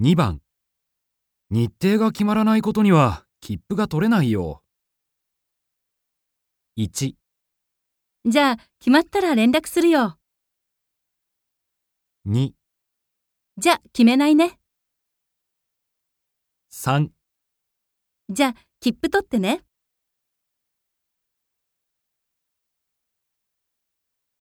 2番日程が決まらないことには切符が取れないよ。1、じゃあ、決まったら連絡するよ。 2、じゃあ、決めないね。 3じゃあ、切符取ってね。